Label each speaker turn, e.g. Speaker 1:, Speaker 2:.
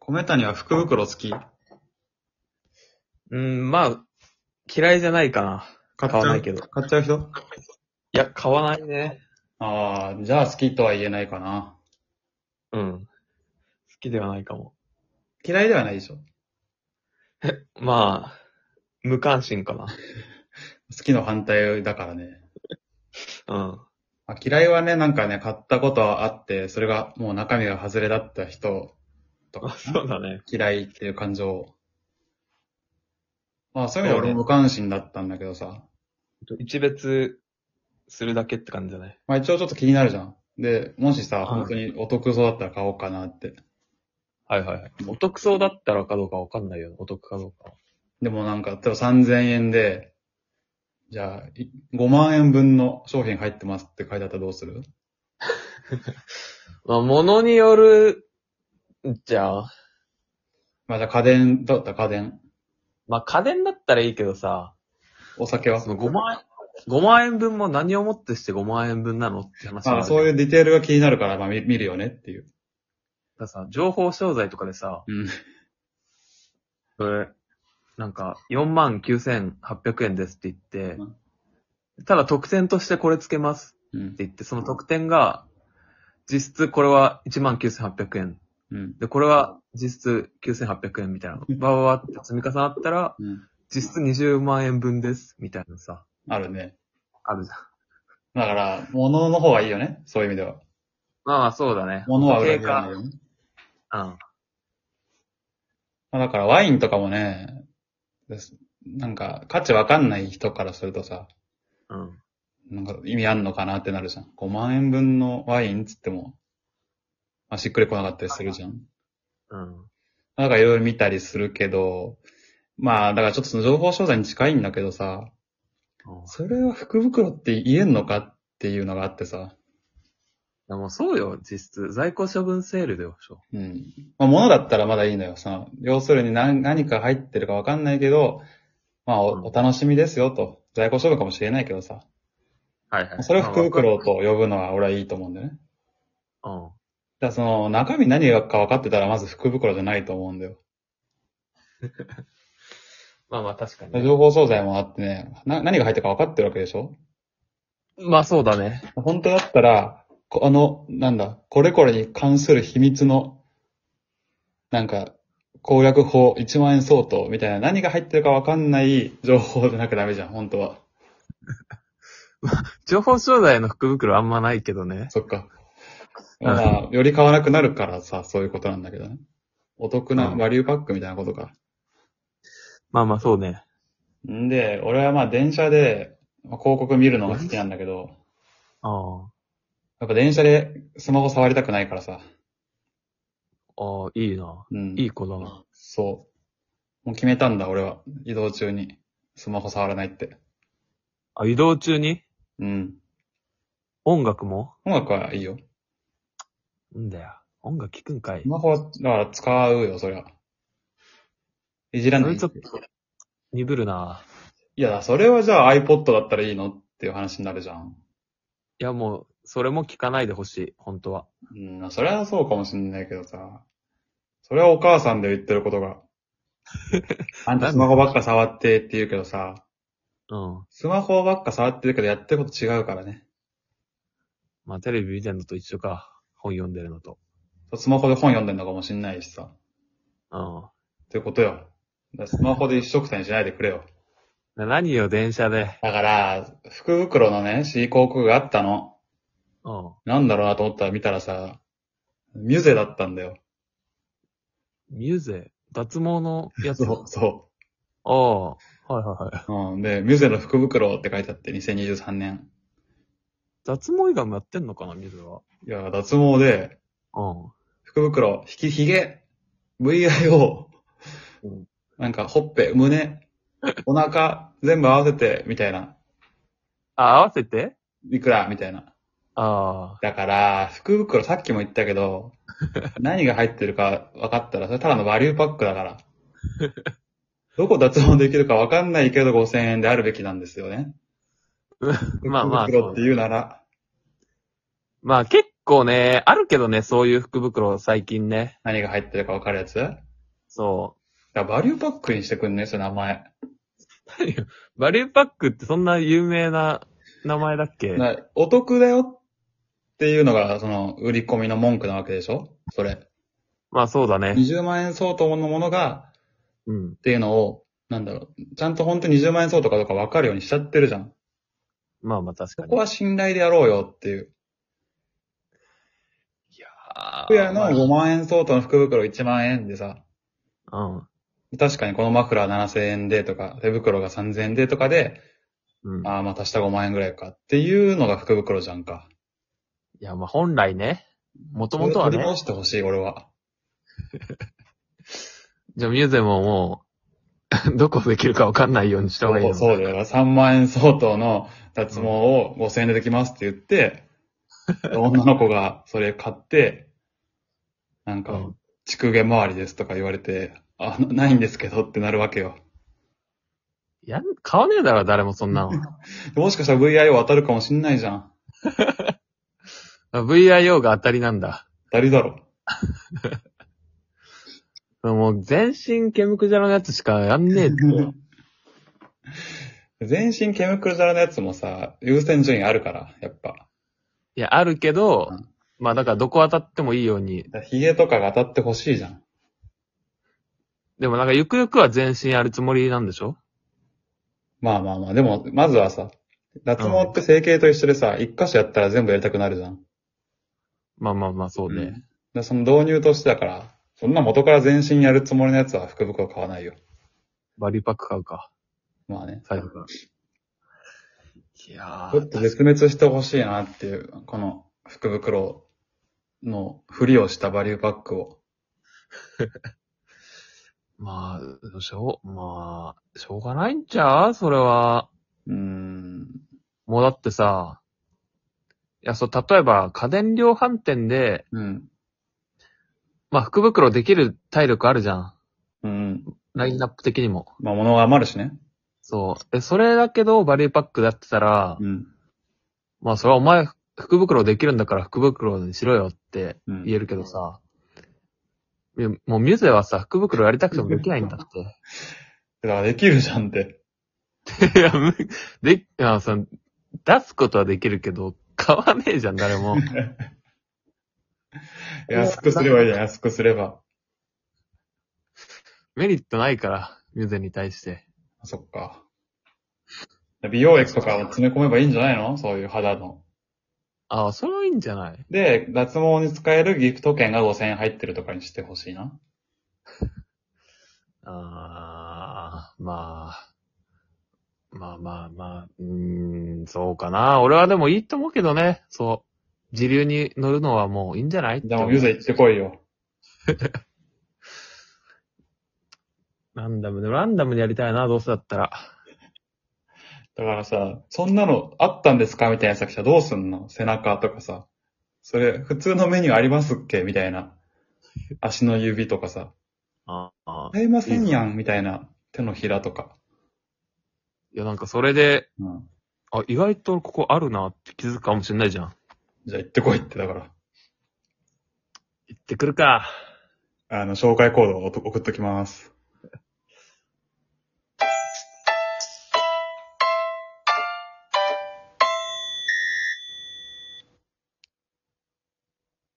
Speaker 1: 米谷は福袋好き。
Speaker 2: うん、まあ、嫌いじゃないかな。
Speaker 1: 買
Speaker 2: 買わないけど
Speaker 1: 買っちゃう人
Speaker 2: いや、買わないね。
Speaker 1: ああ、じゃあ好きとは言えないかな。
Speaker 2: うん。好きではないかも。
Speaker 1: 嫌いではないでしょ。
Speaker 2: まあ、無関心か
Speaker 1: 好きの反対だからね。
Speaker 2: な。
Speaker 1: あ嫌いはね、なんかね、買ったことはあって、それがもう中身が外れだった人と
Speaker 2: うん。
Speaker 1: か、
Speaker 2: そうだね。
Speaker 1: 嫌いっていう感情。まあそういう意味で俺も無関心だったんだけどさ。
Speaker 2: 一別するだけって感じじゃない
Speaker 1: まあ一応ちょっと気になるじゃん。で、もしさ、
Speaker 2: はい
Speaker 1: 本当にお得そうだったら買おうかなって。
Speaker 2: はいはいはい。お得そうだったらかどうかわかんないよね。お得かどうかは。
Speaker 1: でもなんか、例えば3000円で、じゃあ、い5万円分の商品入ってますって書いてあったらどうする
Speaker 2: まあ、物による、じゃあ、
Speaker 1: まあじゃあ家電、どうだった家電。
Speaker 2: まあ家電だったらいいけどさ、
Speaker 1: お酒は
Speaker 2: その5万円、5万円分も何をもってして5万円分なのって話。
Speaker 1: まあそういううディテールが気になるから、まあ見見るよねっていう。
Speaker 2: だからさ、情報商材とかでさ、
Speaker 1: うん。
Speaker 2: それ、なんか、49,800円ですって言って
Speaker 1: う、
Speaker 2: ただ特典としてこれつけます
Speaker 1: うん
Speaker 2: っ。て言って、その特典が、実質これは19,800円。
Speaker 1: うん。
Speaker 2: で、これは実質9800円みたいなの。バババって積み重なったら、
Speaker 1: うん。
Speaker 2: 実質20万円分です、みたいなさ、
Speaker 1: あるね。
Speaker 2: あるじゃん。
Speaker 1: だから、物の方がいいよね。そういう意味では。
Speaker 2: まあまあそうだね。
Speaker 1: 物は裏
Speaker 2: 定
Speaker 1: 切らない
Speaker 2: 価。
Speaker 1: よね。
Speaker 2: うん。
Speaker 1: まあだからワインとかもね、ですなんか価値わかんない人からするとさ、
Speaker 2: うん。
Speaker 1: なんか意味あんのかなってなるじゃん。5万円分のワインっつっても、まあ、しっくりこなかったりするじゃん。
Speaker 2: うん。
Speaker 1: なんかいろいろ見たりするけど、まあ、だからちょっとその情報商材に近いんだけどさ、それは福袋って言えんのかっていうのがあってさ、
Speaker 2: でもうそうよ、実質。在庫処分セールでしょ。
Speaker 1: うん。まあ、物だったらまだいいのよ。その、要するに何何か入ってるかわかんないけど、まあ
Speaker 2: うん
Speaker 1: お、お楽しみですよと。在庫処分かもしれないけどさ。
Speaker 2: はいは
Speaker 1: それを福袋
Speaker 2: ま
Speaker 1: と呼ぶのは俺はいいと思うんだよね。
Speaker 2: あわ
Speaker 1: だ
Speaker 2: か
Speaker 1: からその、中身何か分かってたらまず福袋じゃないと思うんだよ。
Speaker 2: うん。まあまあ確かにね。
Speaker 1: 情報惣菜もあってね、な、何が入ってるか分かってるわけでしょ
Speaker 2: まあそうだね。
Speaker 1: 本当だったら、こあの、なんだ、これこれに関する秘密の、なんか、攻略法1万円相当みたいな、何が入ってるか分かんない情報じゃなきゃダメじゃん、本当は。
Speaker 2: 情報商材の福袋あんまないけどね。
Speaker 1: そっか。
Speaker 2: うん
Speaker 1: まあ、より買わなくなるからさ、そういうことなんだけどね。お得な
Speaker 2: うん
Speaker 1: バリューパックみたいなことか。
Speaker 2: まあまあそうね。
Speaker 1: んで、俺はまあ電車で、まあ広告見るのが好きなんだけど、
Speaker 2: ああ。
Speaker 1: やっぱ電車でスマホ触りたくないからさ。
Speaker 2: ああ、いいな。
Speaker 1: うん。
Speaker 2: いい子だな。
Speaker 1: そう。もう決めたんだ、俺は。移動中に。スマホ触らないって。
Speaker 2: あ、移動中に
Speaker 1: うん。
Speaker 2: 音楽も
Speaker 1: 音楽はいいよ。
Speaker 2: んだよ。音楽聞くんかい
Speaker 1: ス。マホは、だから使うよ、そりゃ。いじら
Speaker 2: そ
Speaker 1: ない。
Speaker 2: れちょっ
Speaker 1: い
Speaker 2: と、鈍るな。
Speaker 1: や、それはじゃあ iPod だったらいいのっていう話になるじゃん。
Speaker 2: いやもう、それも聞かないでほしい。本当は。
Speaker 1: うん、それはそうかもしんないけどさ。それはお母さんで言ってること が。あんたスマホばっか触ってって言うけどさ、
Speaker 2: うん。
Speaker 1: スマホばっか触ってるけどやってること違うからね。
Speaker 2: まあテレビ見てんのと一緒か。本読んでるのと。
Speaker 1: スマホで本読んでんのかもしんないしさ。
Speaker 2: うん。
Speaker 1: ってことよ。だからスマホで一緒くたにしないでくれよ。
Speaker 2: な何よ、電車で。
Speaker 1: だから、福袋のね、C 広告があったの。
Speaker 2: うん。
Speaker 1: なんだろうなと思ったら見たらさ、ミュゼだったんだよ。
Speaker 2: ミューゼ、脱毛のやつ。あ
Speaker 1: そう、そ
Speaker 2: あ。はいはいはい。
Speaker 1: う。うん。で、ミュゼの福袋って書いてあって、2023年。
Speaker 2: 脱毛以外もやってんのかな、ミューゼは。
Speaker 1: いや、脱毛で、
Speaker 2: う
Speaker 1: 福袋、ひき、ひげ、VIO
Speaker 2: うん、
Speaker 1: なんか、ほっぺ、胸、お腹、全部合わせて、みたいな。
Speaker 2: ん。あ、合わせて
Speaker 1: いくらみたいな。
Speaker 2: ああ。
Speaker 1: だから、福袋さっきも言ったけ ど、何が入ってるか分かったら、それただのバリューパックだから。どこ脱毛できるか分かんないけど5000円であるべきなんですよね。
Speaker 2: まあまあ
Speaker 1: 福袋って言うなら。
Speaker 2: まあ結構ね、あるけどね、そういう福袋最近ね。
Speaker 1: 何が入ってるかわかるやつだか
Speaker 2: そ
Speaker 1: らバリューパックにしてくんね、その名前。
Speaker 2: う。 バリューパックってそんな有名な名前だっけ
Speaker 1: なお得だよっていうのが、その、売り込みの文句なわけでしょそれ。
Speaker 2: まあそうだね。
Speaker 1: 20万円相当のものが、
Speaker 2: うん
Speaker 1: っ。ていうのを、なんだろう、ちゃんと本当に20万円相当かどうか分かるようにしちゃってるじゃん。
Speaker 2: まあまあ確か
Speaker 1: そこ
Speaker 2: に。
Speaker 1: は信頼でやろうよっていう。
Speaker 2: あ
Speaker 1: 服屋の5万円相当の福袋1万円でさ、
Speaker 2: うん。
Speaker 1: 確かにこのマフラー7000円でとか、手袋が3000円でとかで、
Speaker 2: うん。
Speaker 1: ああ、また下5万円ぐらいかっていうのが福袋じゃんか。
Speaker 2: いや、まあ本来ね、もともとは
Speaker 1: それ取り
Speaker 2: ね
Speaker 1: 戻、してほしい、俺は。
Speaker 2: じゃあミューゼムをもう、 どこできるかわかんないようにした方がいい
Speaker 1: そう
Speaker 2: の
Speaker 1: そうだよ。3万円相当の脱毛を5000円でできますって言って、女の子がそれ買って、なん
Speaker 2: う
Speaker 1: か
Speaker 2: ん、
Speaker 1: 畜毛周りですとか言われて、あ、なないんですけどってなるわけよ。
Speaker 2: いや、買わねえだろ、誰もそん なの。
Speaker 1: もしかしたら VIO 当たるかもしんないじゃん。
Speaker 2: あ VIO が当たりなんだ。
Speaker 1: 当たりだろ。
Speaker 2: もう全身ケムクジャラのやつしかやんねえ って。
Speaker 1: 全身ケムクルジャラのやつもさ、優先順位あるから、やっぱ。
Speaker 2: いや、あるけど
Speaker 1: うん、
Speaker 2: まあだからどこ当たってもいいように。
Speaker 1: ヒゲとかが当たってほしいじゃん。
Speaker 2: でもなんかゆくゆくは全身やるつもりなんでしょ
Speaker 1: まあまあまあ、でも、まずはさ、脱毛って整形と一緒でさ、一箇所やったら全部やりたくなるじゃん。
Speaker 2: まあまあまあそう
Speaker 1: うん
Speaker 2: ね。
Speaker 1: でその導入としてだから、そんな元から全身やるつもりのやつは福袋買わないよ。
Speaker 2: バリューパック買うか。
Speaker 1: まあね。
Speaker 2: 最後から。いや
Speaker 1: ちょっ
Speaker 2: ー、
Speaker 1: と絶滅してほしいなっていう、この福袋のふりをしたバリューパックを。
Speaker 2: まあ、しょう、まあ、しょうがないんちゃうそれは。
Speaker 1: うーん。
Speaker 2: もうだってさ、いや、そう、例えば家電量販店で、
Speaker 1: うん。
Speaker 2: まあ福袋できる体力あるじゃん。
Speaker 1: うん。
Speaker 2: ラインナップ的にも。
Speaker 1: まあ物が余るしね。
Speaker 2: そう。え、それだけど、バリューパックだってたら、
Speaker 1: うん。
Speaker 2: まあ、それはお前、福袋できるんだから福袋にしろよって
Speaker 1: うん、
Speaker 2: 言えるけどさ、いやもうミュゼはさ、福袋やりたくてもできないんだっ
Speaker 1: だからできるじゃんって。
Speaker 2: て。いや、むで、いや、その、出すことはできるけど、買わねえじゃん、誰 も。
Speaker 1: 安くすればいいじゃん、安くすれば。
Speaker 2: メリットないから、ミュゼに対して。
Speaker 1: あそっか。美容液とかを詰め込めばいいんじゃないのそういう肌の。
Speaker 2: ああ、それはいいんじゃない
Speaker 1: で、脱毛に使えるギフト券が5000円入ってるとかにしてほしいな。
Speaker 2: ああ、まあ。まあまあまあ、うーん、そうかな。俺はでもいいと思うけどね。そう。時流に乗るのはもういいんじゃない
Speaker 1: じゃあもうユーザー行ってこいよ。
Speaker 2: ランダムで、ランダムでやりたいな、どうせだったら。
Speaker 1: だからさ、そんなのあったんですかみたいなやつが来たらどうすんの背中とかさ。それ、普通のメニューありますっけみたいな。足の指とかさ。
Speaker 2: ああ。
Speaker 1: ありませんやんみたいな。手のひらとか。
Speaker 2: いや、なんかそれで、
Speaker 1: うん。
Speaker 2: あ、意外とここあるなって気づくかもしれないじゃん。
Speaker 1: じゃあ行ってこいって、だから。
Speaker 2: 行ってくるか。
Speaker 1: あの、紹介コードを送っときます。